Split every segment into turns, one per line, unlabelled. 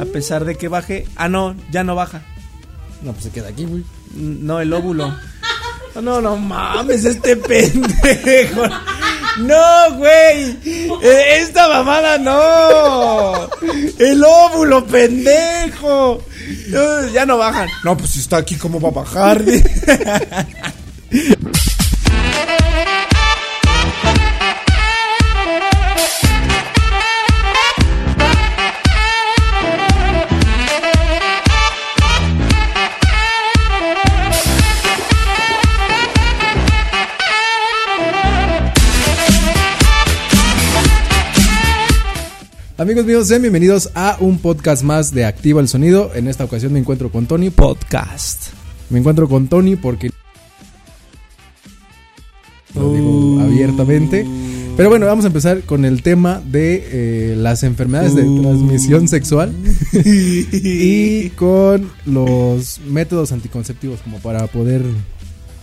A pesar de que baje. Ah, no, ya no baja.
No, pues se queda aquí, güey.
No, el óvulo. No, no, no mames, este pendejo. No, güey. Eh, Esta mamada no. El óvulo, pendejo. Eh, Ya no bajan.
No, pues si está aquí, ¿cómo va a bajar? Amigos míos, sean bienvenidos a un podcast más de Activa el Sonido. En esta ocasión me encuentro con Tony.
Podcast.
Me encuentro con Tony porque... Lo digo abiertamente. Pero bueno, vamos a empezar con el tema de eh, las enfermedades de
Uh.
transmisión sexual y con los métodos anticonceptivos como para poder...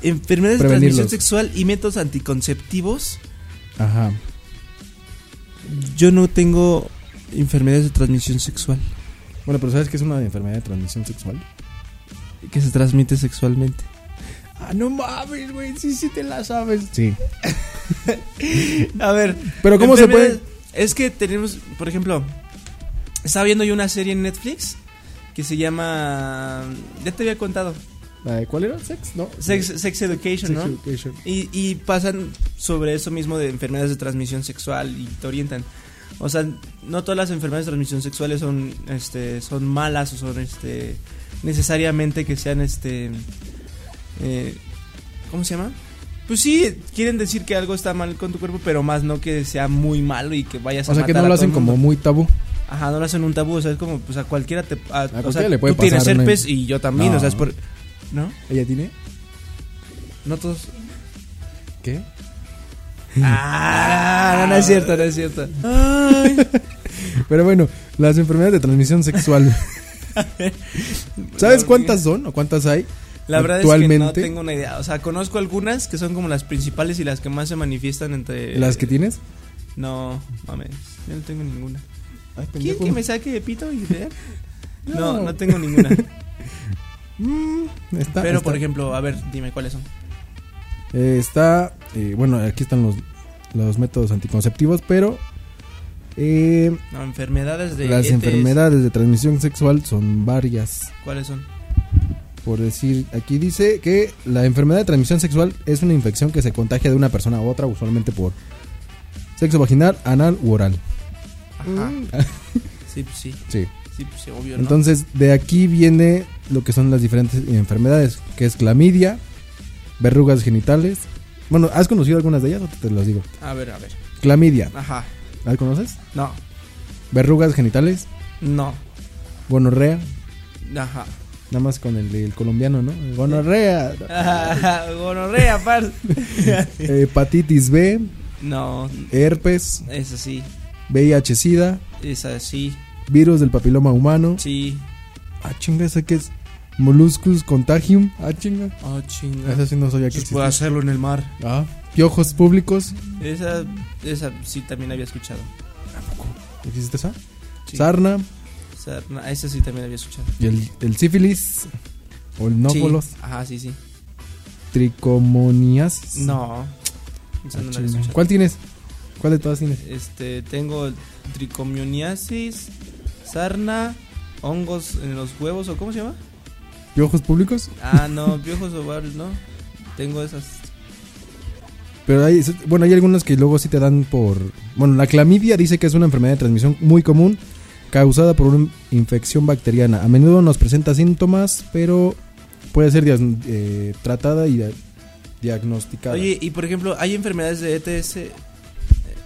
Enfermedades de
Prevenirlos.
transmisión sexual y métodos anticonceptivos.
Ajá.
Yo no tengo enfermedades de transmisión sexual
Bueno, pero ¿sabes qué es una enfermedad de transmisión sexual?
que se transmite sexualmente.
Ah, no mames, güey, sí, sí te la sabes. Sí.
A ver.
Pero ¿cómo se puede...?
enfermedades- Es que tenemos, por ejemplo, estaba viendo yo una serie en Netflix que se llama. Ya te había contado.
¿La de ¿Cuál era? ¿Sex? No.
Sex, Sex Education,
Sex
¿no?
Education.
Y, y pasan sobre eso mismo de enfermedades de transmisión sexual y te orientan. O sea, no todas las enfermedades de transmisión sexuales son, este, son malas o son, este, necesariamente que sean, este, eh, ¿cómo se llama? Pues sí, quieren decir que algo está mal con tu cuerpo, pero más no que sea muy malo y que vayas a
O sea que
matar
no
a todo
lo hacen
el mundo.
como muy tabú.
Ajá, no lo hacen un tabú, o sea, es como, pues a cualquiera te... A, o sea,
cualquiera le puede
tú tienes
pasar, ¿no?
herpes y yo también, o sea, es
No.
por... ¿No?
¿Ella tiene?
No todos...
¿Qué?
Ah, no, no es cierto, no es cierto.
Pero bueno, las enfermedades de transmisión sexual. ¿Sabes cuántas son o cuántas hay?
La verdad es
actualmente?
que no tengo una idea. O sea, conozco algunas que son como las principales y las que más se manifiestan entre.
¿Las que tienes?
No, mames. Yo no tengo ninguna.
Ay,
¿Quién
pendejo.
que me saque de pito y ver?
No.
No, no tengo ninguna.
Mm, está,
Pero,
está.
por ejemplo, a ver, dime cuáles son.
Eh, está. eh, bueno, aquí están los, los métodos anticonceptivos, pero. eh,
No, enfermedades de.
las
ETS,
enfermedades de transmisión sexual son varias.
¿Cuáles son?
Por decir, aquí dice que la enfermedad de transmisión sexual es una infección que se contagia de una persona a otra, usualmente por sexo vaginal, anal u oral.
Ajá. Sí, pues sí.
Mm. Sí.
Sí, pues sí, obvio. ¿no?
Entonces, de aquí viene lo que son las diferentes enfermedades, que es clamidia, verrugas genitales. Bueno, ¿has conocido algunas de ellas o te las digo?
A ver, a ver.
Clamidia,
Ajá.
¿las conoces?
No,
Verrugas genitales,
no.
gonorrea,
Ajá.
nada más con el, el colombiano, ¿no? Gonorrea,
Ajá, Gonorrea, par.
Eh, hepatitis B,
No,
herpes,
es así.
VIH-Sida,
Es así.
virus del papiloma humano.
Sí.
Ah, chinga, esa que es Molluscus contagium. Ah, chinga.
Oh, chinga.
Esa sí no sabía que
Pues
existía.
puedo hacerlo en el mar.
Ah, piojos públicos.
Esa, esa sí también había escuchado.
¿Existe esa?
Sí.
Sarna
O sea, no, esa sí también había escuchado.
y el, el sífilis o el nóbulos.
Sí. Ajá, sí, sí.
Tricomoniasis.
No. Esa no la
Ah,
había
chinga.
escuchado.
¿Cuál tienes? ¿Cuál de todas tienes?
Este, tengo tricomioniasis, sarna, hongos en los huevos, ¿o cómo se llama?
¿Piojos públicos?
Ah, no, viejos ovarios, ¿no? Tengo esas.
Pero hay, bueno, hay algunos que luego sí te dan por... Bueno, la clamidia dice que es una enfermedad de transmisión muy común causada por una infección bacteriana. A menudo nos presenta síntomas, pero puede ser dias- eh, tratada y dia- diagnosticada.
Oye, y por ejemplo, hay enfermedades de ETS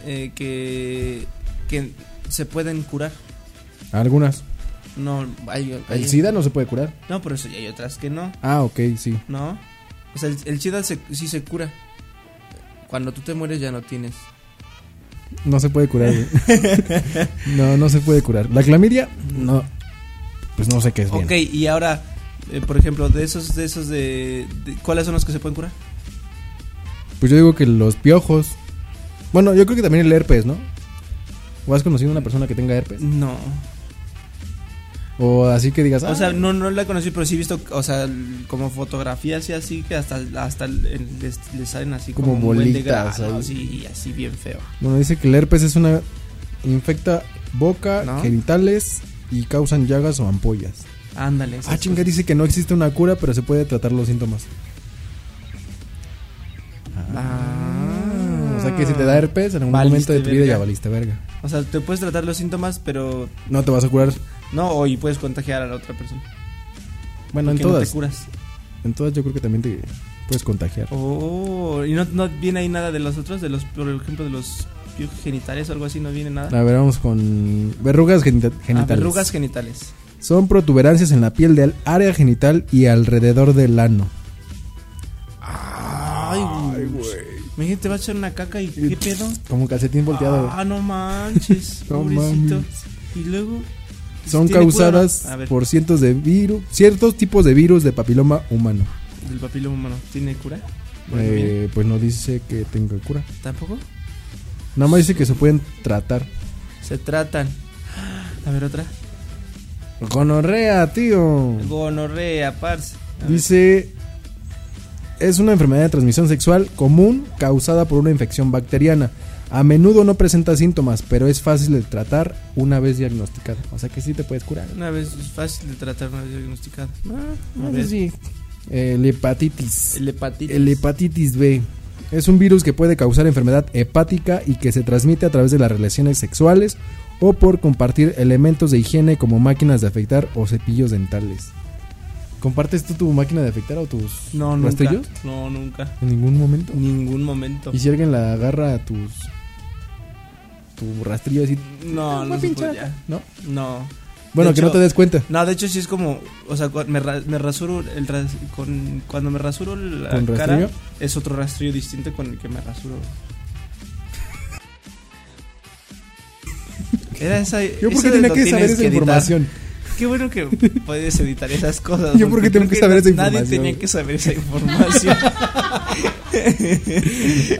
eh, que, que se pueden curar.
Algunas.
No, hay, hay-
El SIDA no se puede curar.
No, pero eso ya hay otras que no,
Ah, ok, sí.
¿no? O sea, el, el SIDA se- sí se cura. Cuando tú te mueres ya no tienes.
No se puede curar. güey. no, no se puede curar. La clamidia, no. Pues no sé qué es bien.
Ok, y ahora, eh, por ejemplo, de esos, de esos de, de- ¿Cuáles son los que se pueden curar?
Pues yo digo que los piojos. Bueno, yo creo que también el herpes, ¿no? ¿O has conocido a una persona que tenga herpes?
No.
O así que digas, "Ah,
O sea, no, no la conocí, pero sí he visto, o sea, l- como fotografías y así, que hasta, hasta l- les, les salen así como,
Como
un buen de
bolitas
granos
ahí.
y así bien feo.
Bueno, dice que el herpes es una. infecta boca,
¿No?
genitales y causan llagas o ampollas.
Ándale. esas
Ah, chinga,
cosas.
dice que no existe una cura, pero se puede tratar los síntomas.
Ah.
O sea que si te da herpes en algún
Valiste
momento de tu vida
verga.
ya valiste verga.
O sea, te puedes tratar los síntomas, pero
No te vas a curar.
no, o y puedes contagiar a la otra persona.
Bueno, en
que no te
todas.
curas.
en todas yo creo que también te puedes contagiar.
Oh, y no, no viene ahí nada de los otros, de los, por ejemplo, de los genitales o algo así, no viene nada.
A ver, vamos con verrugas genita-
Ah,
Ah, genitales.
verrugas genitales.
Son protuberancias en la piel del área genital y alrededor del ano.
Ay, güey. Imagínate, te va a echar una caca y qué pedo.
Como calcetín volteado.
Ah, no manches,
No
pobrecito.
mames.
Y luego
Son
¿Tiene
causadas
cura o no? A ver.
por cientos de virus, ciertos tipos de virus de papiloma humano.
del papiloma humano, ¿tiene cura? Bueno, bien.
Eh, pues no dice que tenga cura.
Tampoco.
Nada más dice que se pueden tratar.
Se tratan. A ver otra.
Gonorrea, tío.
Gonorrea, parce. A ver.
Mm. Dice es una enfermedad de transmisión sexual común causada por una infección bacteriana. A menudo no presenta síntomas, pero es fácil de tratar una vez diagnosticada. O sea que sí te puedes curar.
Una vez es fácil de tratar, una vez diagnosticada. Ah, a
Eso
ver.
sí. El Eh, hepatitis.
El hepatitis.
El hepatitis B es un virus que puede causar enfermedad hepática y que se transmite a través de las relaciones sexuales o por compartir elementos de higiene como máquinas de afeitar o cepillos dentales. ¿Compartes tú tu máquina de afeitar o tus
No, nunca.
rastrillos?
No, nunca.
En ningún momento.
Ningún momento.
¿Y si alguien la agarra a tus tu rastrillo así?
No, no,
"Voy a
se
pinchar
podía.
acá", ¿no?
No.
Bueno,
De
que
hecho-
no te des cuenta.
No, de hecho sí es como, o sea, cua- me, ra- me rasuro el ras- con cuando me rasuro la
¿Con
cara
rastrillo?
es otro rastrillo distinto con el que me rasuro. Era esa eso
Yo porque
de-
tenía
lo
que
tienes
saber esa
editar.
información.
Qué bueno que puedes editar esas cosas.
Yo porque tengo
creo
que saber esa
Nadie
información.
tenía que saber esa información.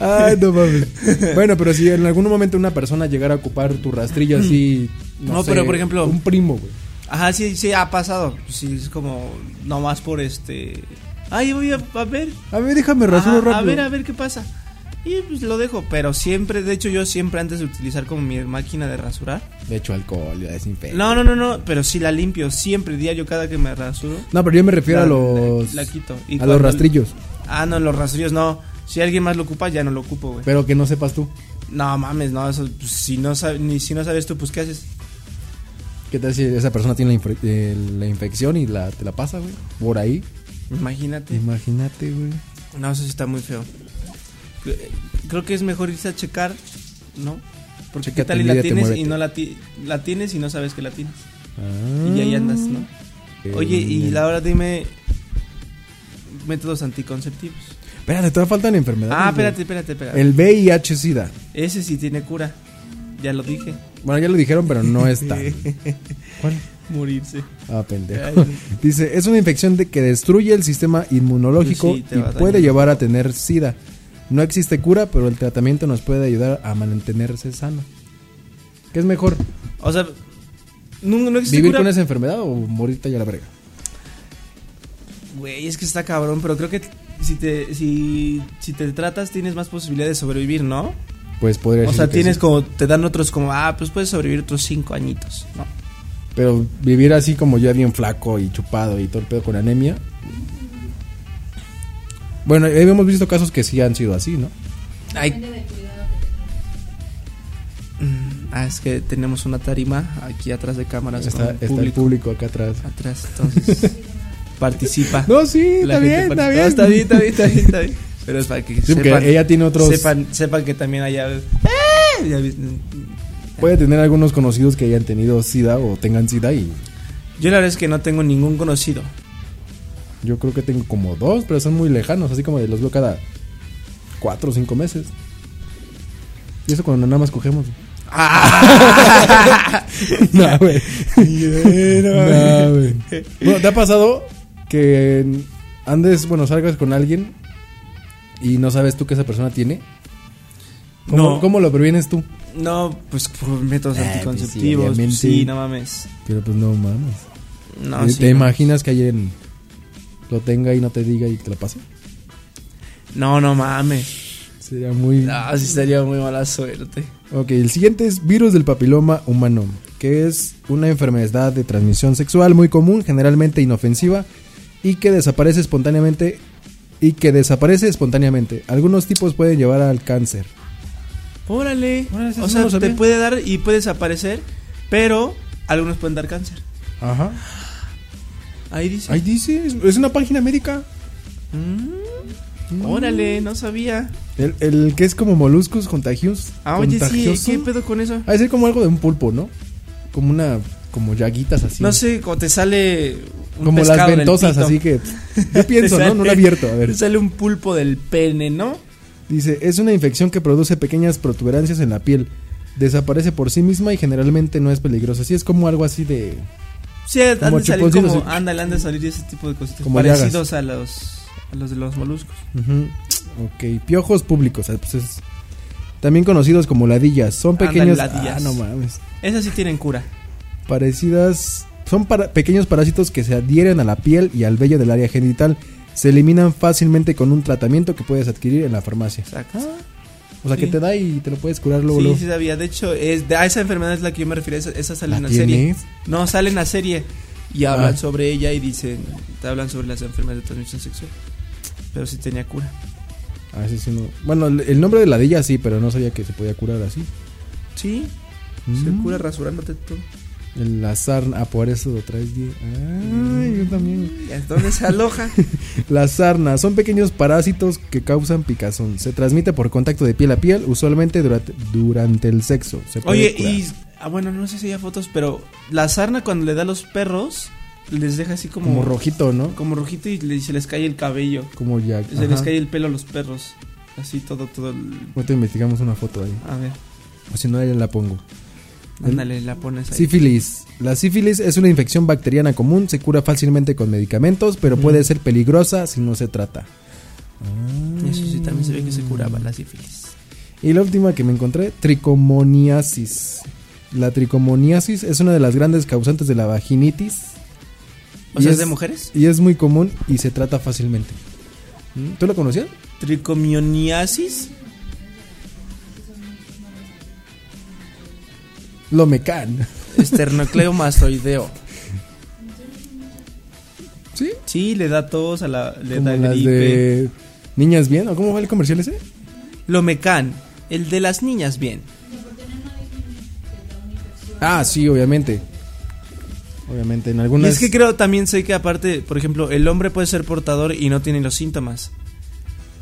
Ay, no mames. Bueno, pero si en algún momento una persona llegara a ocupar tu rastrillo así. No,
Mm. No,
sé,
pero, por ejemplo-
Un primo, güey.
Ajá, sí, sí ha pasado. Sí, es como nomás por este Ay, voy a, a ver,
A ver, déjame rasuro
Ajá,
rápido.
Ah, A ver, a ver qué pasa. Y pues lo dejo, pero siempre, de hecho yo siempre antes de utilizar como mi máquina de rasurar. eh,
De hecho, alcohol, ya desinfecta.
No, no, no, no, pero sí la limpio siempre, diario cada que me rasuro.
No, pero yo me refiero
la-
a los.
La, la quito.
a
Y
los
cuando-
rastrillos.
Ah, no, los rastrillos no. Si alguien más lo ocupa, ya no lo ocupo, güey.
Pero que no sepas tú.
No mames, no, eso, pues, si, no sab- ni, si no sabes tú, pues ¿qué haces?
¿Qué tal si esa persona tiene la, infre- eh, la infección y la, te la pasa, güey? Por ahí.
Imagínate.
Imagínate, güey.
No, eso sí está muy feo. Cre- Creo que es mejor irse a checar, ¿no? Porque
Chécate,
qué tal y
mírate,
la tienes y
muévete.
no la, ti- la tienes y no sabes que la tienes.
Ah.
Y ahí andas, ¿no?
Eh,
Oye, y Laura, dime métodos anticonceptivos.
Espérate, todavía faltan enfermedades.
Ah,
güey.
espérate, espérate, espérate.
El VIH-Sida.
Ese sí tiene cura. Ya lo dije. Eh,
Bueno, ya lo dijeron, pero no está. ¿Cuál?
Morirse.
Ah, pendejo.
Ay,
Dice, es una infección de que destruye el sistema inmunológico
Sí, te
y
va a
puede
dañar.
llevar a tener SIDA. No existe cura, pero el tratamiento nos puede ayudar a mantenerse sano. ¿Qué es mejor?
O sea, no, no existe
¿Vivir
cura.
con esa enfermedad o morirte ya la verga?
Güey, es que está cabrón, pero creo que si te, si, si te tratas tienes más posibilidad de sobrevivir, ¿no?
Pues podría
O
decir
sea,
que
tienes
sí.
como, te dan otros como, ah, pues puedes sobrevivir otros cinco añitos, ¿no?
Pero vivir así como ya bien flaco y chupado y torpedo con anemia. Bueno, eh, hemos visto casos que sí han sido así, ¿no?
Ay. Mm, Ah, es que tenemos una tarima aquí atrás de cámaras.
Está,
con
está el público acá atrás.
atrás, entonces participa.
No, sí,
La
está
gente
bien, está
participa. No, está
bien.
bien, está bien, está bien, está bien. Pero es para que
Sí, porque
sepan,
ella tiene otros...
sepan, sepan que también allá. ¡Eh! Ya vi-
Puede tener algunos conocidos que hayan tenido SIDA o tengan SIDA y
Yo la verdad es que no tengo ningún conocido.
yo creo que tengo como dos, pero son muy lejanos, así como de los veo cada cuatro o cinco meses. Y eso cuando nada más cogemos. no, güey. no, güey. Bueno, ¿te ha pasado que andes, bueno, salgas con alguien y no sabes tú que esa persona tiene? ¿Cómo,
No.
¿Cómo lo previenes tú?
No, pues por métodos
Ah, pues sí,
anticonceptivos.
obviamente.
sí, no mames.
Pero pues no mames.
No,
¿Te
sí, no.
imaginas que alguien lo tenga y no te diga y te lo pase?
No, no mames.
Sería muy...
Ah, sí estaría muy mala suerte.
Ok, el siguiente es virus del papiloma humano, que es una enfermedad de transmisión sexual muy común, generalmente inofensiva, y que desaparece espontáneamente. Y que desaparece espontáneamente. Algunos tipos pueden llevar al cáncer.
Órale.
Órale, eso
o
no
sea,
lo
te
sabía.
puede dar y puede desaparecer, pero algunos pueden dar cáncer.
Ajá.
Ahí dice.
Ahí dice, es- es una página médica.
Mm, Órale, no sabía.
El, el que es como moluscos contagios.
Ah, oye, sí,
contagioso.
¿qué pedo con eso?
Ha de ser como algo de un pulpo, ¿no? Como una. Como llaguitas así.
No sé, cuando te sale un
Como
pescado
las
en el
ventosas,
pito.
así que. Yo pienso,
Te
¿no? No lo
sale-
abierto, a ver.
Te sale un pulpo del pene, ¿no?
Dice, es una infección que produce pequeñas protuberancias en la piel. Desaparece por sí misma y generalmente no es peligrosa. Así es como algo así de...
Sí, han
Como
de salir
chuponcitos,
como,
sí.
ándale, han de salir ese tipo de cositas
Como
parecidos a los, a los de los moluscos.
ujú, Ok, piojos públicos. ah, pues es- también conocidos como ladillas. Son
Ándale,
pequeños...
ladillas.
Ah, no mames.
Esas sí tienen cura.
Parecidas... Son para- pequeños parásitos que se adhieren a la piel y al vello del área genital. Se eliminan fácilmente con un tratamiento que puedes adquirir en la farmacia.
Exacto.
O sea, que
Sí.
te da y te lo puedes curar Ah, luego.
sí,
luego.
sí sabía. De hecho, es, de- a esa enfermedad es la que yo me refiero. Esa, esa sale
¿La
en la serie.
tienes?
No, sale en la serie. Y hablan
Ah.
sobre ella y dicen, te hablan sobre las enfermedades de transmisión sexual. Pero sí tenía cura.
Ah, sí, sí, no. Bueno, el, el nombre de ladilla sí, pero no sabía que se podía curar así.
Sí, se
Mm.
cura rasurándote todo.
El azar, ah, por eso lo traes bien. Ay, yo también.
¿Y entonces se aloja?
Las sarnas son pequeños parásitos que causan picazón. Se transmite por contacto de piel a piel, usualmente durante, durante el sexo. Se puede
Oye,
curar.
y... ah, bueno, no sé si hay fotos, pero la sarna cuando le da a los perros, les deja así como...
como rojito, ¿no?
Como rojito y le- se les cae el cabello.
Como ya.
Se les
ajá.
cae el pelo a los perros. Así todo, todo el-
Ahorita investigamos una foto ahí.
A ver,
O si no, ahí la pongo. El-
ándale, la pones ahí.
Sífilis. La sífilis es una infección bacteriana común, se cura fácilmente con medicamentos, pero
Mm.
puede ser peligrosa si no se trata.
Eso sí, también se ve que se curaba la sífilis.
Y la última que me encontré, tricomoniasis. La tricomoniasis es una de las grandes causantes de la vaginitis.
O
Y
sea, ¿es
es-
de mujeres?
Y es muy común y se trata fácilmente. ¿Mm? ¿Tú la conocías?
Tricomioniasis.
Lomecan.
Esternocleomastoideo.
¿Sí?
Sí, le da tos a la. Le
Como
da
las
gripe.
de Niñas Bien. ¿O cómo va el comercial ese?
Lomecan. El de las niñas, bien.
Ah, sí, obviamente. Obviamente, en
Y
algunas.
es que creo también sé que, aparte, por ejemplo, el hombre puede ser portador y no tiene los síntomas.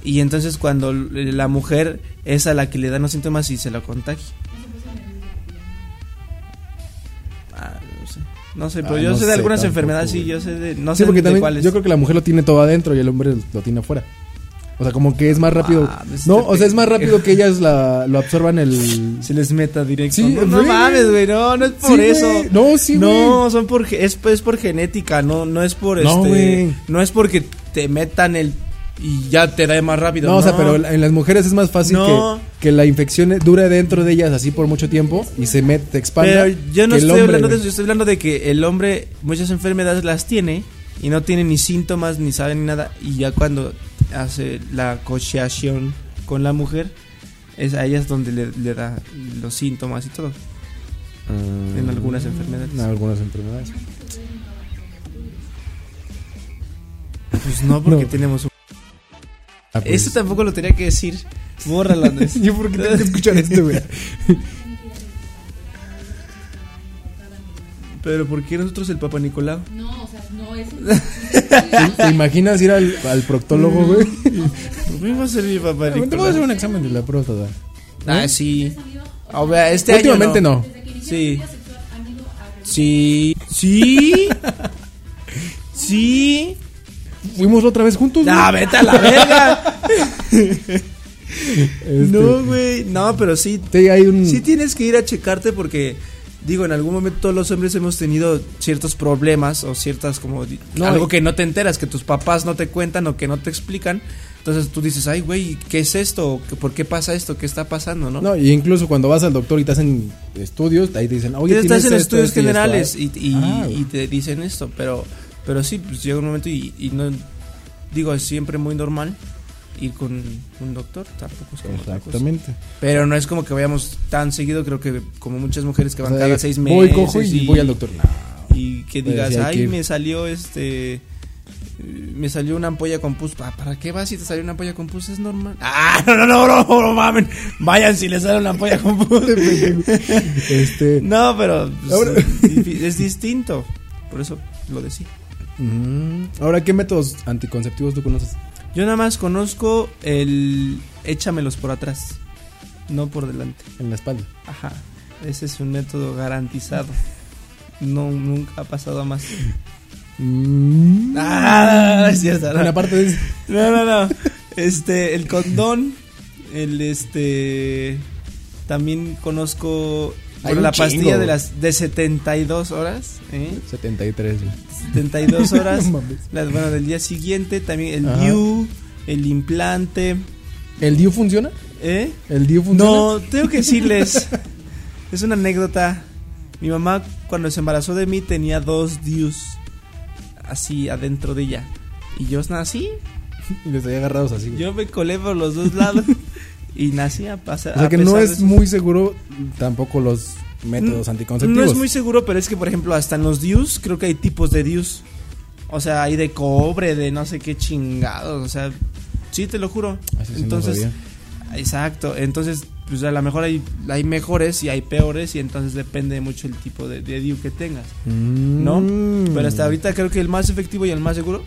Y entonces, cuando l- la mujer es a la que le dan los síntomas y se lo contagia. Ah, no sé. No sé, pero
Ah,
yo
no
sé de
sé
algunas
tampoco,
enfermedades, sí,
güey.
yo sé de. No
sí,
sé
porque
de
también.
cuáles.
Yo creo que la mujer lo tiene todo adentro y el hombre lo tiene afuera. O sea, como que es más rápido.
Ah, pues,
no,
este
o sea, es más
pendejo.
rápido que ellas la, lo absorban el.
Se les meta directo.
Sí,
no, no
güey.
mames, güey, no, no es
Sí,
por
güey.
eso.
No, sí,
No, son por ge- es, es por genética, no no es por
No,
este
güey.
no es porque te metan el y ya te da más rápido.
No, o sea, pero en las mujeres es más fácil
No.
que, que la infección dure dentro de ellas así por mucho tiempo y se mete, expanda.
Pero yo no
que el
estoy
hombre,
hablando de
güey.
eso, yo estoy hablando de que el hombre muchas enfermedades las tiene y no tiene ni síntomas ni sabe ni nada y ya cuando hace la cocheación con la mujer es a ellas donde le, le da los síntomas y todo en
Mm,
algunas enfermedades.
Ah, En algunas enfermedades.
Pues no porque
No.
tenemos un...
Ah, pues.
Esto tampoco lo tenía que decir. Bórralo, Andrés.
yo por qué tengo que escuchar esto, güey.
Pero ¿por qué nosotros el Papa Nicolau?
No, o sea, no es.
¿Te, te imaginas ir al, al proctólogo, güey?
¿Por qué va a ser mi Papa
Te voy a hacer
Nicolau?
un examen de la próstata.
Ah, sí. O sea, este
Últimamente
año
no.
Sí. Sí. Sí. Sí.
Fuimos otra vez juntos. güey.
Ah, vete a la verga.
Este,
No, güey. No, pero sí.
Sí, hay un.
Sí tienes que ir a checarte porque... Digo, en algún momento todos los hombres hemos tenido ciertos problemas o ciertas como... di-
No,
algo
y-
que no te enteras, que tus papás no te cuentan o que no te explican. Entonces tú dices, ay, güey, ¿qué es esto? ¿Por qué pasa esto? ¿Qué está pasando? ¿no?
No, y incluso cuando vas al doctor y te hacen estudios, ahí te dicen, oye,
Te
tienes
estás en
esto,
estudios
esto y esto,
generales
ah.
y, y-
Ah, güey.
y te dicen esto, pero, pero sí, pues llega un momento y, y no, digo, es siempre muy normal ir con un doctor, tampoco es como otra cosa.
Exactamente.
Pero no es como que vayamos tan seguido, creo que como muchas mujeres que van
O sea, eh,
cada seis meses.
Voy, cojo y, voy al doctor. No.
Y que
Pues,
digas,
sí, hay
ay,
que ir".
me salió este... eh, Me salió una ampolla con pus. Pa- ¿Para qué vas si te salió una ampolla con pus? Es normal. Ah, no, no, no, no, no, mamen. Vayan si les sale una ampolla con pus.
Este.
No, pero pues,
Ahora-
difi- es distinto. Por eso lo decía.
mm, Ahora, ¿qué métodos anticonceptivos tú conoces?
Yo nada más conozco el échamelos por atrás, no por delante.
En la espalda.
Ajá. Ese es un método garantizado. No, nunca ha pasado a más.
Mm.
Ah, no, no, es cierto.
Bueno,
No,
aparte de eso,
no, no. no. Este, el condón, el este. También conozco
Hay un
la
chingo.
pastilla de las de 72 horas, ¿eh?
73. güey.
72 horas.
No mames.
La- bueno, del día siguiente también el
Ajá.
DIU, el implante.
¿El DIU funciona?
¿Eh?
¿El DIU funciona?
No, tengo que decirles. es una anécdota. Mi mamá, cuando se embarazó de mí, tenía dos DIUs así adentro de ella. Y yo nací.
Y los había agarrados así. güey.
Yo me colé por los dos lados. y nací a pasar.
o sea
a
que no
pesar de
es
eso.
muy seguro tampoco los métodos
Mm,
anticonceptivos.
No es muy seguro, pero es que, por ejemplo, hasta en los DIUs, creo que hay tipos de DIUs. O sea, hay de cobre, de no sé qué chingados. O sea, sí, te lo juro.
Así sí no
Entonces,
sabía.
exacto. Entonces, pues a lo mejor hay, hay mejores y hay peores. Y entonces depende mucho el tipo de, de DIU que tengas. ¿no?
Mm.
Pero hasta ahorita creo que el más efectivo y el más seguro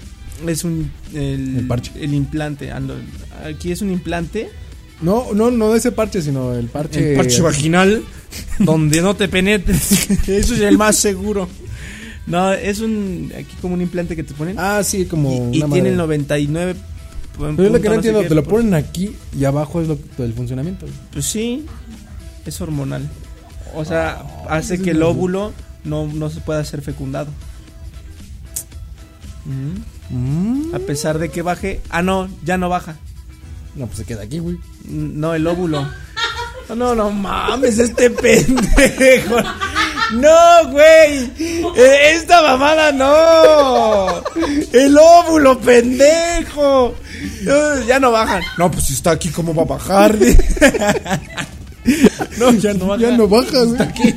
es un. El,
El parche.
el implante. Ando- Aquí es un implante.
No, no, no de ese parche, sino el parche.
El parche vaginal donde no te penetres. Eso es el más seguro. No, es un aquí como un implante que te ponen
Ah, sí, como
y, y
una
tiene el
madre.
99
Pero es lo que no
punto sé
entiendo,
qué,
te lo
por-
ponen aquí y abajo es lo, el funcionamiento.
Pues sí, es hormonal. O sea,
Ah,
hace que el óvulo no, no se pueda ser fecundado. Ujú.
Mm,
A pesar de que baje, ah no, ya no baja.
No, pues se queda aquí, güey.
No, el óvulo. No, no, no mames, este pendejo. No, güey. Eh, Esta mamada no. El óvulo, pendejo. Eh, Ya no bajan.
No, pues si está aquí, ¿cómo va a bajar? no, ya no baja. Ya no baja, güey.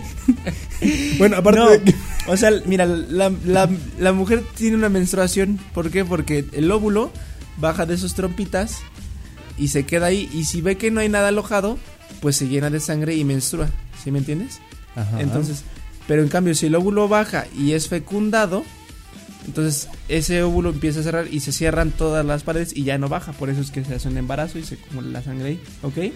bueno, aparte
No.
de que-
O sea, mira, la, la- la mujer tiene una menstruación. ¿Por qué? Porque el óvulo baja de sus trompitas y se queda ahí. Y si ve que no hay nada alojado, pues se llena de sangre y menstrua. ¿Sí me entiendes?
Ajá.
Entonces, pero en cambio, si el óvulo baja y es fecundado, entonces ese óvulo empieza a cerrar y se cierran todas las paredes y ya no baja. Por eso es que se hace un embarazo y se acumula la sangre ahí, ¿ok? Eh,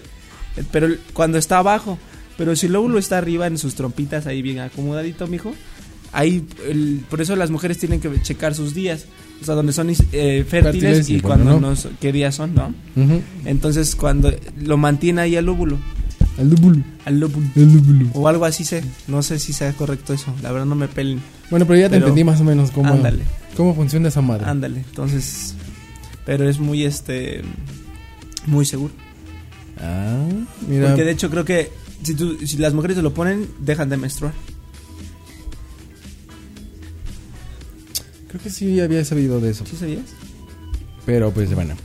Pero el- cuando está abajo, pero si el óvulo está arriba en sus trompitas, ahí bien acomodadito, mijo. Ahí, el- por eso las mujeres tienen que checar sus días, o sea, donde son eh, fértiles,
Fértiles
y,
y
cuando
cuando
no.
no.
son- qué días son, ¿no?
Ujú.
Entonces, cuando lo mantiene ahí al óvulo,
El lúpulo,
al óvulo.
el lúpulo.
O algo así sé. No sé si sea correcto eso. La verdad no me pelen.
Bueno, pero ya te
Pero-
entendí más o menos cómo,
Ándale,
cómo funciona esa madre.
ándale. Entonces. Pero es muy este. Muy seguro.
Ah, mira.
Porque de hecho creo que si, tú, si las mujeres se lo ponen, dejan de menstruar.
Creo que sí había sabido de eso.
¿Sí sabías?
Pero pues bueno.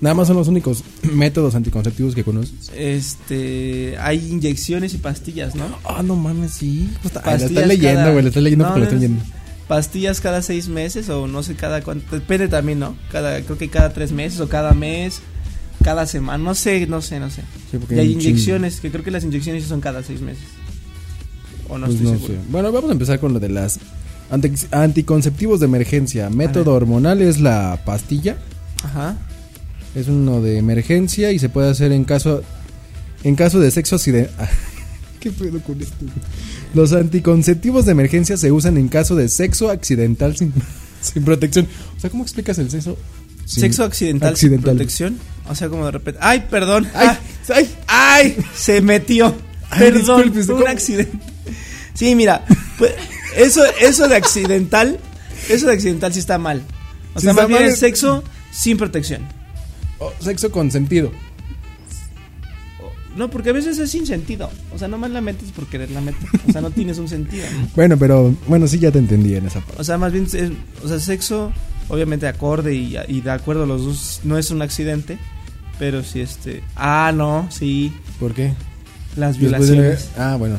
Nada más son los únicos métodos anticonceptivos que conoces.
Este. Hay inyecciones y pastillas, ¿no?
Ah, no mames, sí. Pues Está, lo
Pastillas
estás leyendo,
cada-
güey. Lo estás leyendo
No,
porque lo
no,
están
no.
leyendo.
Pastillas cada seis meses o no sé cada cuánto. Depende también, ¿no? Cada, creo que cada tres meses o cada mes. Cada semana. No sé, no sé, no sé.
Sí, porque
Y hay
un chingo.
inyecciones, que creo que las inyecciones son cada seis meses. O no
Pues
estoy
no
seguro.
sé. Bueno, vamos a empezar con lo de las anti- anticonceptivos de emergencia. Método hormonal es la pastilla.
Ajá.
Es uno de emergencia y se puede hacer en caso en caso de sexo accidental. ¿Qué pedo con esto? Los anticonceptivos de emergencia se usan en caso de sexo accidental sin, sin protección. O sea, ¿cómo explicas el sexo? sin-
Sexo accidental,
accidental?
sin protección. O sea, como de repente. ¡Ay, perdón!
Ay,
Ah, ¡Ay!
ay.
ay, se metió!
Ay,
perdón,
disculpe,
fue un
¿cómo?
accidente. Sí, mira, pues, eso, eso de accidental, eso de accidental sí está mal. O
Sí
sea,
está
más bien
mal.
es sexo sin protección.
o sexo consentido.
No, porque a veces es sin sentido. O sea, nomás la metes por querer la meter. O sea, no tienes un sentido. ¿no?
Bueno, pero bueno, sí ya te entendí en esa parte.
O sea, más bien, es- o sea, sexo, obviamente de acorde y, y de acuerdo los dos, no es un accidente. Pero sí, este. Ah, no, sí.
¿Por qué?
Las
Después de-
violaciones.
Ah, bueno.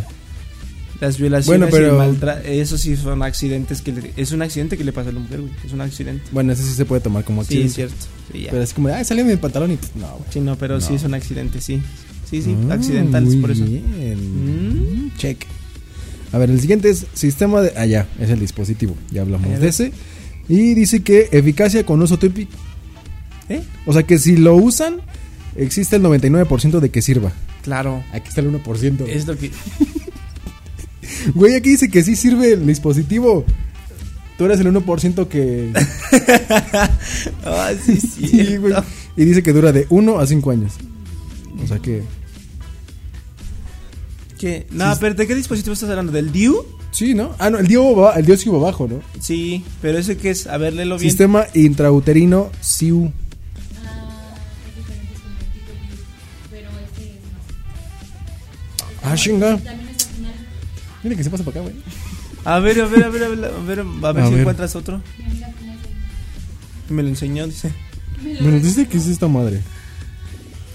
Las violaciones
Bueno, pero-
y el maltra- Eso sí son accidentes que le- Es un accidente que le pasa a la mujer, güey. Es un accidente.
Bueno, eso sí se puede tomar como
Sí,
accidente.
es cierto. Sí, ya.
Pero es como, ay, salió mi pantalón y pues, no, güey.
Sí, no, pero sí
No.
es un accidente, sí. Sí, sí,
Mm,
accidentales
muy
por eso.
bien. Mm, Check. A ver, el siguiente es sistema de. Ah, ya, es el dispositivo. Ya hablamos
Allá.
de ese. Y dice que eficacia con uso típico.
¿Eh?
O sea que si lo usan, existe el 99% de que sirva.
Claro.
Aquí está el 1%.
Es lo que.
Güey, aquí dice que sí sirve el dispositivo. Tú eres el 1% que.
Ah, sí, sí.
Sí, güey. Y dice que dura de 1 a 5 años. O sea que.
¿Qué? No, pero ¿de qué dispositivo estás hablando? ¿Del DIU?
Sí, ¿no? Ah, no, el Diego va, el Dios sí va abajo, ¿no?
Sí, pero ese que es. A ver, léelo bien.
Sistema intrauterino SIU.
Hay diferentes como el tipo virus, pero este es más.
Ah, chinga.
También es final
Mira que se pasa para acá, güey.
A ver, a ver, a ver, a ver, a ver, a ver
A
si
ver.
encuentras otro.
Mi amiga apenas ahí
Me lo enseñó, dice.
me lo
Bueno, dice que es esta madre.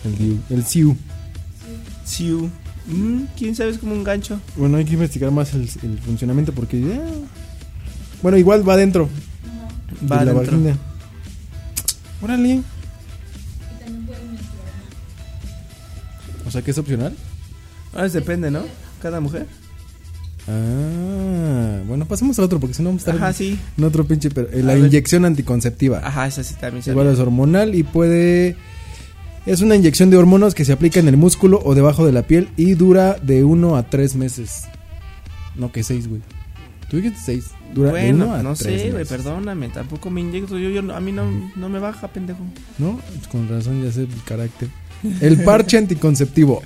El Diu. El SIU.
Siu. Mm, ¿Quién sabe? Es como un gancho.
Bueno, hay que investigar más el, el funcionamiento porque. ya- Bueno, igual va adentro.
Va
de la
adentro.
vagina. Órale.
Y también pueden menstruar.
O sea que es opcional.
Ahora Ah, es depende, ¿no? Cada mujer.
Ah, bueno, pasemos al otro porque si no vamos a estar
Ajá, sí.
en otro pinche. pero- eh,
A
la
ver.
inyección anticonceptiva.
Ajá, esa sí también se
Igual es hormonal y puede... Es una inyección de hormonas que se aplica en el músculo o debajo de la piel y dura de 1 a 3 meses. No, que 6, güey. Tú dijiste 6. Dura de 1
Bueno,
a
no
3
sé, güey,
meses.
perdóname. Tampoco me inyecto. Yo, yo, a mí no, no me baja, pendejo.
No, Pues con razón ya sé el carácter. El parche anticonceptivo.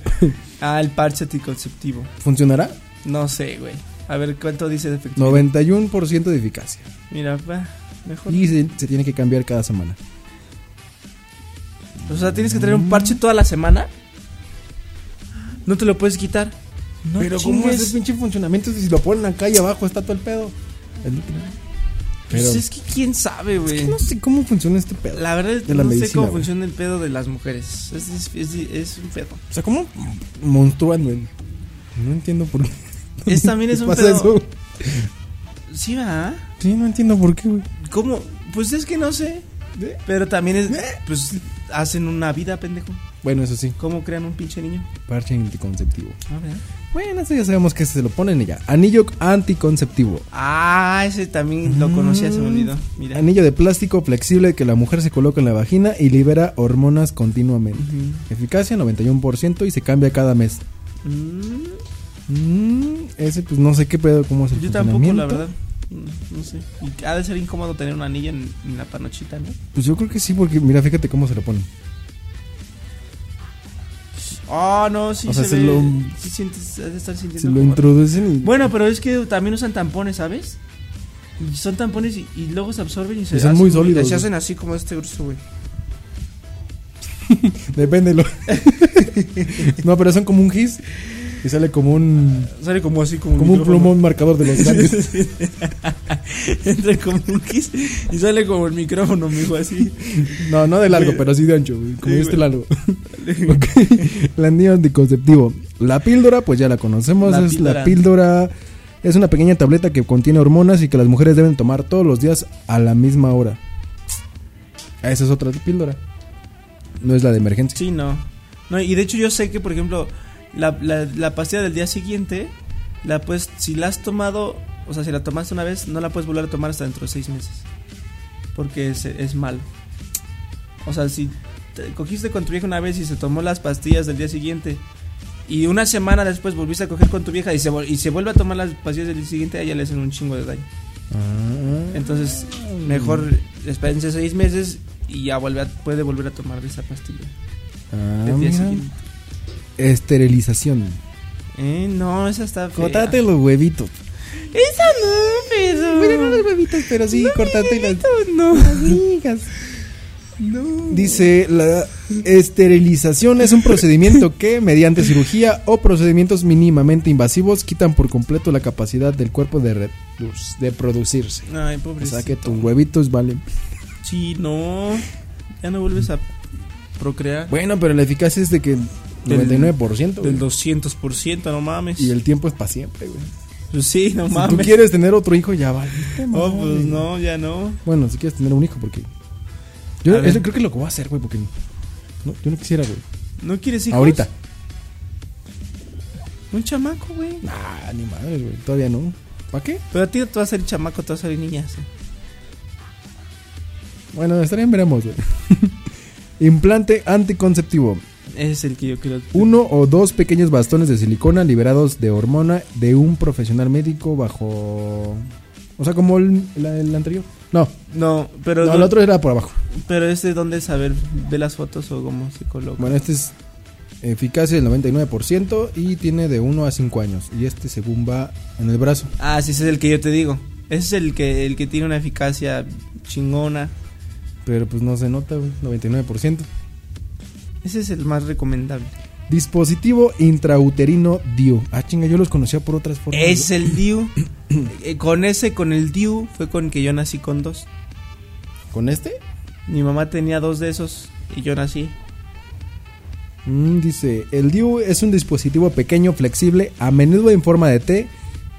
Ah, el parche anticonceptivo.
¿Funcionará?
No sé, güey. A ver, ¿cuánto dice de efectividad?
91% de eficacia.
Mira, pa, mejor.
Y se, se tiene que cambiar cada semana.
O sea, tienes que tener un parche toda la semana. No te lo puedes quitar. No
Pero ¿cómo
chingues.
es ese pinche funcionamiento si lo ponen acá y abajo está todo el pedo? Es lo que- Pero
Pues es que quién sabe, güey.
no sé cómo funciona este pedo.
La verdad,
De la
no sé
medicina,
cómo
güey.
funciona el pedo de las mujeres. Es, es- es- es un pedo.
O sea, ¿cómo monstruan, güey? No entiendo por qué.
Es también es
¿Qué
un
pasa
pedo.
eso?
Sí, va.
Sí, no entiendo por qué, güey.
¿Cómo? Pues es que no sé.
¿Eh?
Pero también es. Pues hacen una vida, pendejo.
Bueno, eso sí,
¿Cómo crean un pinche niño?
parche anticonceptivo.
Ah, ¿verdad?
Bueno, eso ya sabemos que se lo ponen y ya. Anillo anticonceptivo.
Ah, ese también lo conocía, se me
Mm.
olvidó. Mira.
Anillo de plástico flexible que la mujer se coloca en la vagina y libera hormonas continuamente.
Ujú.
Eficacia 91% y se cambia cada mes.
Mm,
Mm, ese pues no sé qué pedo, cómo es el
yo tampoco, la
funcionamiento.
verdad. Mm, No sé. Y ha de ser incómodo tener un anillo en, en la panochita, ¿no?
Pues yo creo que sí, porque mira, fíjate cómo se lo ponen.
Ah, no, sí
O sea,
se
se
ve.
lo-
sí sientes, has de estar sintiendo
Se lo
como-
introducen y...
Bueno, pero es que también usan tampones, ¿sabes? Y son tampones y, y luego se absorben y se
Y son
hacen-
muy sólidos,
Se
güey.
hacen así como este grueso, güey.
Depende. Lo... no, pero son como un gis y sale como un
Sale como así
como un plumón marcador de los grandes.
Entra como un kiss y sale como el micrófono, mijo, así.
No, no de largo, pero sí de ancho, güey, como
Sí,
este
güey.
largo. Ok. La anillo anticonceptivo. La píldora, pues ya la conocemos,
La
es
píldora.
la píldora. Es una pequeña tableta que contiene hormonas y que las mujeres deben tomar todos los días a la misma hora. Esa es otra píldora. No es la de emergencia.
Sí, no. no. Y de hecho yo sé que, por ejemplo, la, la, la pastilla del día siguiente, la puedes, si la has tomado, o sea, si la tomaste una vez, no la puedes volver a tomar hasta dentro de seis meses. Porque es, es malo. O sea, si te cogiste con tu vieja una vez y se tomó las pastillas del día siguiente, y una semana después volviste a coger con tu vieja y se, vol- y se vuelve a tomar las pastillas del día siguiente, a ella le hacen un chingo de daño.
Ah.
Entonces, mejor
Mm.
espérense seis meses y ya vuelve a- puede volver a tomar esa pastilla
Ah,
del día
mira.
siguiente.
Esterilización.
Eh, no, esa está fea.
Córtate los huevitos.
Esa no, pero.
Bueno, no los huevitos, pero sí,
No,
córtate las
no.
las migas. Dice, la esterilización es un procedimiento que, mediante cirugía o procedimientos mínimamente invasivos, quitan por completo la capacidad del cuerpo de, redu- de producirse.
Ay,
O
pobrecito.
sea que tus huevitos valen.
Sí, no. Ya no vuelves a procrear.
Bueno, pero la eficacia es de que 99%. güey.
Del 200%, no mames.
y el tiempo es para siempre, güey.
Pues sí, no
Si tú
mames.
quieres tener otro hijo, ya valiste,
No,
madre.
pues no, ya no.
Bueno, si quieres tener un hijo, porque. Yo
A ver.
eso creo que es lo que voy a hacer, güey, porque. No, yo no quisiera, güey.
¿No quieres hijos?
Ahorita.
Un chamaco, güey.
Nah, ni madres, güey. Todavía no. ¿Para qué?
Pero a ti tú vas a ser chamaco, tú vas a ser niña. sí.
Bueno, está bien, veremos, güey. Implante anticonceptivo.
Ese es el que yo quiero.
Uno o dos pequeños bastones de silicona liberados de hormona de un profesional médico bajo. O sea, como el, la- el anterior. No,
No, pero.
no, el
no-
otro era por abajo.
Pero es de dónde saber. Ve las fotos o cómo se coloca.
Bueno, este es eficacia del 99% y tiene de 1 a 5 años. Y este según va en el brazo.
Ah, sí, ese es el que yo te digo. Ese es el que, el que tiene una eficacia chingona.
Pero pues no se nota, güey. 99%.
Ese es el más recomendable.
Dispositivo intrauterino DIU. Ah, chinga, yo los conocía por otras formas.
Es el Diu. Eh, con ese, con el Diu, fue con que yo nací con dos.
¿Con este?
Mi mamá tenía dos de esos y yo nací.
Mm, dice, el DIU es un dispositivo pequeño, flexible, a menudo en forma de T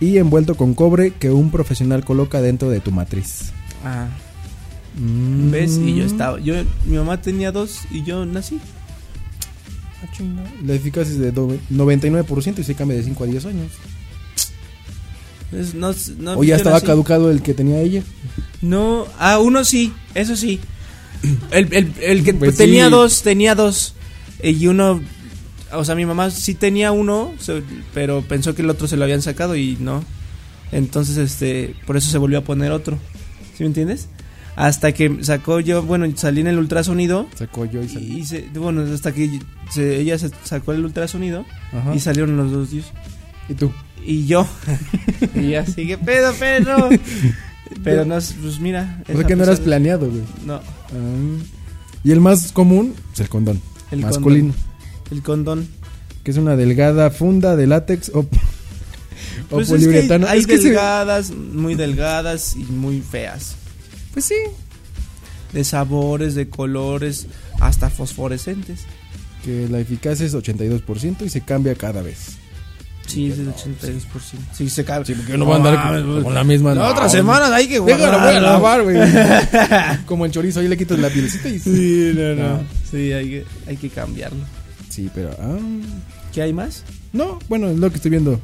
y envuelto con cobre que un profesional coloca dentro de tu matriz.
Ah.
Mm.
¿Ves? Y yo estaba. Yo, mi mamá tenía dos y yo nací.
Ah, chinga. La eficacia es de do- 99% y se cambia de 5 a 10 años.
Es- no, no,
o ya
yo
estaba
nací.
caducado el que tenía ella.
No, ah, uno sí, eso sí. El, el- el que
Pues
tenía
sí.
dos, tenía dos. eh, Y uno, o sea, mi mamá sí tenía uno, se- pero pensó que el otro se lo habían sacado y no. Entonces, este, por eso se volvió a poner otro. ¿Sí me entiendes? Hasta que sacó yo, bueno, salí en el ultrasonido.
Sacó yo y
Y,
salí.
se- bueno, hasta que se- ella se sacó el ultrasonido
Ajá.
y salieron los dos dios.
¿Y tú?
Y yo. y así, ¿qué pedo, perro? Pero no, pues mira.
O sea que no eras
plan
planeado, güey.
No,
Ah. Y el más común es el condón.
el
masculino.
Condón, el condón.
Que es una delgada funda de látex o, o
Pues es que hay,
poliuretano.
hay
Es que se-
delgadas, muy delgadas y muy feas.
pues sí.
De sabores, de colores, hasta fosforescentes.
Que la eficacia es 82% y se cambia cada vez.
Sí, es del 82%. Sí, se cabe.
porque yo no voy a andar con, la misma.
La otra semana hay que
Venga, la voy a
guardarlo.
lavar, güey. Como el chorizo, ahí le quitas la pielcita y.
Sí, no, no.
No.
Sí, hay que, hay que cambiarlo.
Sí, pero. ah,
¿Qué hay más?
no, bueno, es lo que estoy viendo.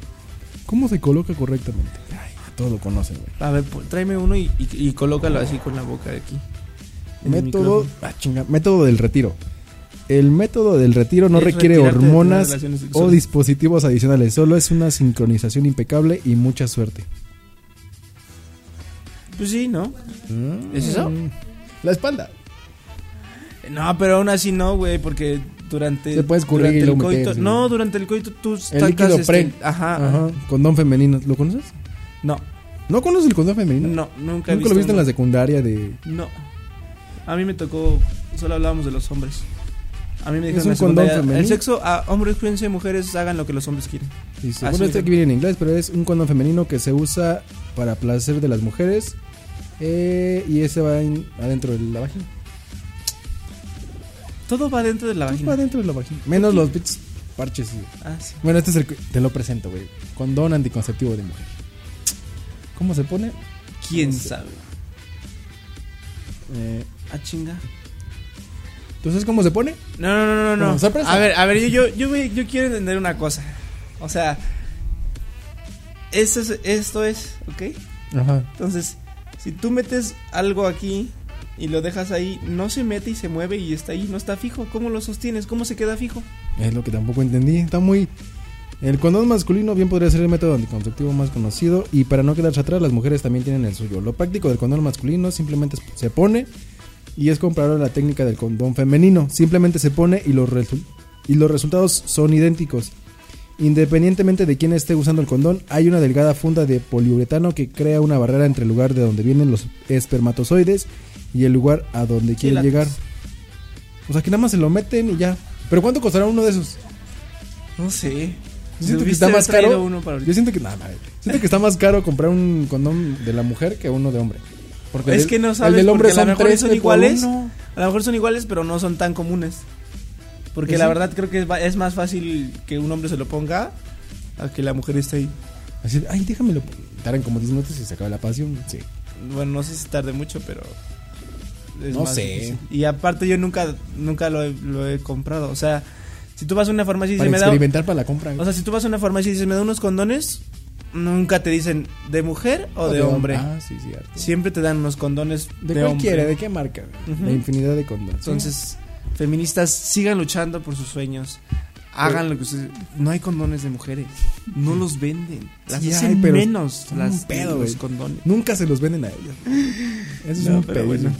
¿Cómo se coloca correctamente? Ay, todo lo conocen, güey.
A ver, pues, tráeme uno y, y- y colócalo así con la boca de aquí. en el
Método,
micrófono.
ah, chinga, método del retiro. El método del retiro no
Es
requiere
retirarte de tener
hormonas
relaciones
o
sexuales.
dispositivos adicionales, solo es una sincronización impecable y mucha suerte.
Pues sí, ¿no? ¿Es eso?
La espalda.
No, pero aún así no, güey, porque durante.
Se puede escurrir
durante
y
el
luego meter,
coito-
sí.
No, durante el coito tú sacas,
líquido
este,
pre.
Ajá.
Ajá. Condón femenino, ¿lo conoces?
No,
¿No conoces el condón femenino?
no, nunca he
¿Nunca
visto.
lo viste en
uno.
la secundaria de
No. A mí me tocó. Solo hablábamos de los hombres. A mí me
Es
dijeron en
un
la
condón
secundaria,
femenino.
El sexo, a hombres cuídense, mujeres hagan lo que los hombres quieren.
Dice,
Así
bueno, este
es.
aquí viene en inglés, pero es un condón femenino que se usa para placer de las mujeres. eh, y ese va en- adentro de la vagina.
Todo va dentro de la
Pues
vagina.
va adentro de la vagina. Menos los pinches parches. güey.
Ah, sí.
Bueno, este es el que te lo presento, güey. Condón anticonceptivo de mujer. ¿Cómo se pone?
¿Quién
No sé.
sabe?
Eh,
Ah, chinga.
¿Tú sabes cómo se pone?
No, no, no, no.
Como
no.
sorpresa.
A ver, a ver, yo, yo, yo, voy- yo quiero entender una cosa. O sea, esto es, esto es, ¿ok?
Ajá.
Entonces, si tú metes algo aquí y lo dejas ahí, no se mete y se mueve y está ahí, no está fijo. ¿Cómo lo sostienes? ¿Cómo se queda fijo?
Es lo que tampoco entendí. Está muy. El condón masculino bien podría ser el método anticonceptivo más conocido. Y para no quedarse atrás, las mujeres también tienen el suyo. Lo práctico del condón masculino simplemente es- se pone. Y es comparable a la técnica del condón femenino. Simplemente se pone y los, resu- y los resultados son idénticos. Independientemente de quién esté usando el condón, hay una delgada funda de poliuretano que crea una barrera entre el lugar de donde vienen los espermatozoides y el lugar a donde quieren
látex.
llegar. O sea, que nada más se lo meten y ya. Pero ¿cuánto costará uno de esos?
No sé.
Yo siento
Debiste
que está
haber
más caro.
traído uno para ahorita.
Yo siento que nada, madre. Siento que está más caro comprar un condón de la mujer que uno de hombre. Porque
Es
el-
que no sabes,
El del hombre
porque a lo
son
mejor
tres
son
de por
iguales.
uno.
A lo mejor son iguales, pero no son tan comunes. Porque
Pues
la
sí.
verdad creo que es, va- es más fácil que un hombre se lo ponga a que la mujer esté ahí.
Así, de, ay, déjamelo. Tardan como 10 minutos y se acaba la pasión. Sí.
Bueno, no sé si tarde mucho, pero. es
No
más
sé.
difícil. Y aparte, yo nunca, nunca lo, he, lo he comprado. O sea, si tú vas a una farmacia y
para
dices, me da.
experimentar para la compra.
O sea, si tú vas a una farmacia y dices, me da unos condones, nunca te dicen de mujer o, de, hombre.
Ah, sí, cierto.
Siempre te dan unos condones
De,
de,
cualquiera,
hombre.
¿de qué marca?
Ujú.
La infinidad de condones.
Entonces, feministas, sigan luchando por sus sueños. Hagan lo que ustedes. No hay condones de mujeres. No los venden. Las
Sí
hacen
hay, pero
menos
son
las
un pedo,
los
güey.
condones.
Nunca se los venden a ellos. Eso
No,
es un
pero
pedo.
bueno.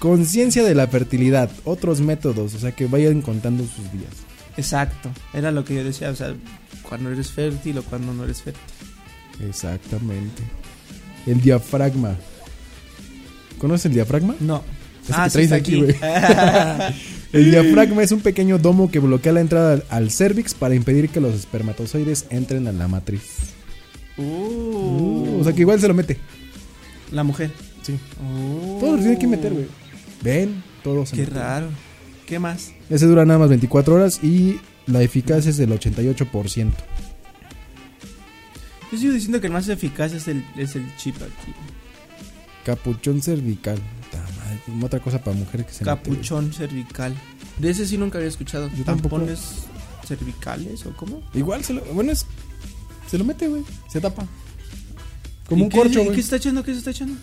Conciencia de la fertilidad, otros métodos, o sea que vayan contando sus días.
Exacto. Era lo que yo decía. O sea, cuando eres fértil o cuando no eres fértil.
Exactamente. El diafragma. ¿Conoces el diafragma?
No. Ah,
Ese que traes aquí, güey. El diafragma es un pequeño domo que bloquea la entrada al- al cervix para impedir que los espermatozoides entren a la matriz.
Uh,
O sea que igual se lo mete.
La mujer.
Sí.
Uh,
Todos los tienen que meter, güey. Ven, todos se
Qué
meten.
raro. ¿Qué más?
Ese dura nada más 24 horas y la eficacia es del 88%.
Yo sigo diciendo que el más eficaz es el, es el chip aquí.
Capuchón cervical. Ta madre, como Otra cosa para mujeres que se mete, güey.
Capuchón cervical. De ese sí nunca había escuchado.
Yo tampoco.
¿Tampones cervicales o cómo?
Igual se lo. Bueno, es. Se lo mete, güey. Se tapa.
¿Y
Como un
qué-
corcho,
¿Y
güey.
qué está echando? ¿Qué se está echando?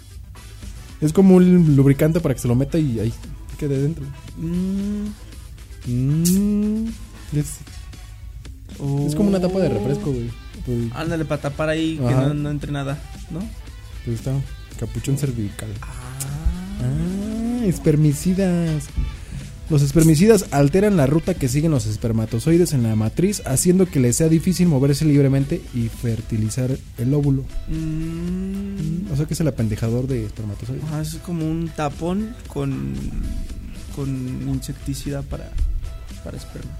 Es como un lubricante para que se lo meta y ahí quede dentro.
Mm,
Mm. Es, es como una tapa de
oh.
refresco, güey. Pues,
Ándale para tapar ahí que
Ajá.
no, no entre nada, ¿no?
pues está. Capuchón cervical. Ah, espermicidas. Los espermicidas alteran la ruta que siguen los espermatozoides en la matriz, haciendo que les sea difícil moverse libremente y fertilizar el óvulo.
Mm,
O sea que es el apendejador de espermatozoides.
ajá, es como un tapón con con insecticida para para espermas.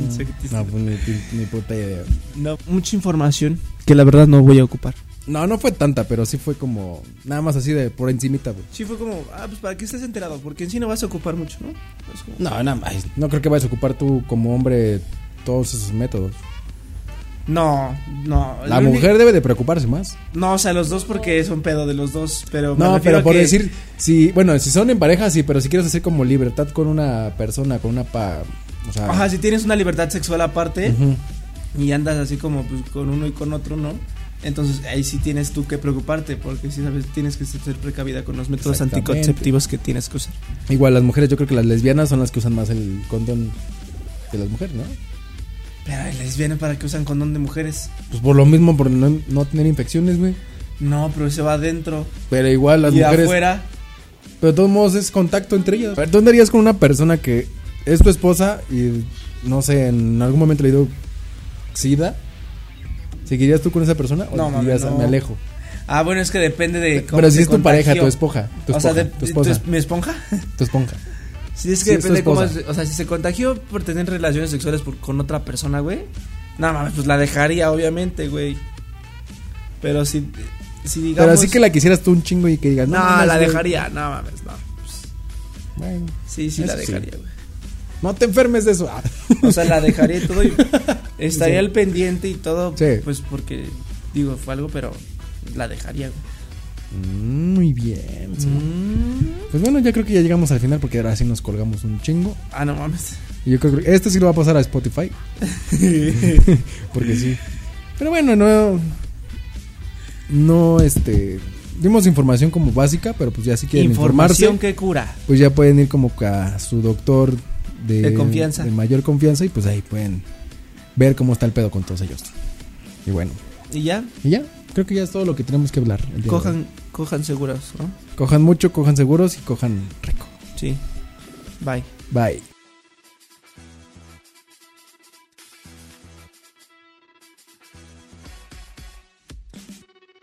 Insecticida.
no, pues ni, ni- ni puta idea.
No, mucha información que la verdad no voy a ocupar.
No, no fue tanta, pero sí fue como nada más así de por encimita, güey.
Sí fue como, ah, pues para que estés enterado, porque en sí no vas a ocupar mucho, ¿no? Es como-
No, nada más. No creo que vayas a ocupar tú como hombre todos esos métodos.
No, no.
La
lo único-
mujer debe de preocuparse más.
No, o sea, los dos porque es un pedo de los dos, pero me
No,
refiero
pero
a
por
que-
decir, si, bueno, si son en pareja, sí, pero si quieres hacer como libertad con una persona, con una pa. O sea,
Ajá, si tienes una libertad sexual aparte
ujú.
y andas así como pues, con uno y con otro, ¿no? Entonces ahí sí tienes tú que preocuparte porque sí sabes, tienes que ser precavida con los métodos
Exactamente.
anticonceptivos que tienes que usar.
Igual las mujeres, yo creo que las lesbianas son las que usan más el condón de las mujeres, ¿no?
Pero hay lesbianas para que usan condón de mujeres.
Pues por lo mismo, por no, no tener infecciones, güey.
No, pero se va adentro
Pero igual las
y
mujeres.
afuera.
Pero de todos modos es contacto entre ellas. A ver, ¿tú andarías con una persona que es tu esposa y no sé, en algún momento le dio sida? ¿Seguirías tú con esa persona? O
No, mami,
dirías,
no.
me alejo.
Ah, bueno, es que depende de cómo
Pero si
se
es tu pareja, tu
contagió.
espoja. Tu espoja.
o sea, de-
tu esposa.
¿tu es- ¿mi esponja?
tu esponja.
Sí, es
Sí,
que
es tu
depende cómo.
esposa.
es- o sea, si se contagió por tener relaciones sexuales por- con otra persona, güey. Nada mames, pues la dejaría, obviamente, güey. Pero si. Si digamos.
Pero así que la quisieras tú un chingo y que digas,
No,
no, mames,
la
güey".
dejaría, no mames, no. Pues,
Bueno,
sí, sí, la
Eso sí.
dejaría, güey.
no te enfermes de eso. Ah.
O sea, la dejaría y todo. y estaría al pendiente y todo.
Sí.
Pues porque, digo, fue algo, pero la dejaría, güey.
Mm, Muy bien. Pues bueno, ya creo que ya llegamos al final porque ahora sí nos colgamos un chingo.
Ah, no mames.
Y yo creo que este sí lo va a pasar a Spotify. Porque sí. Pero bueno, no. No, este. Dimos información como básica, pero pues ya si quieren
Información
informarse,
que cura.
pues ya pueden ir como que a su doctor de,
De confianza.
de mayor confianza y pues ahí pueden ver cómo está el pedo con todos ellos. Y bueno,
Y ya,
y ya, creo que ya es todo lo que tenemos que hablar. el día de hoy.
cojan, cojan seguros, ¿no?
cojan mucho, cojan seguros y cojan rico.
Sí. Bye.
Bye.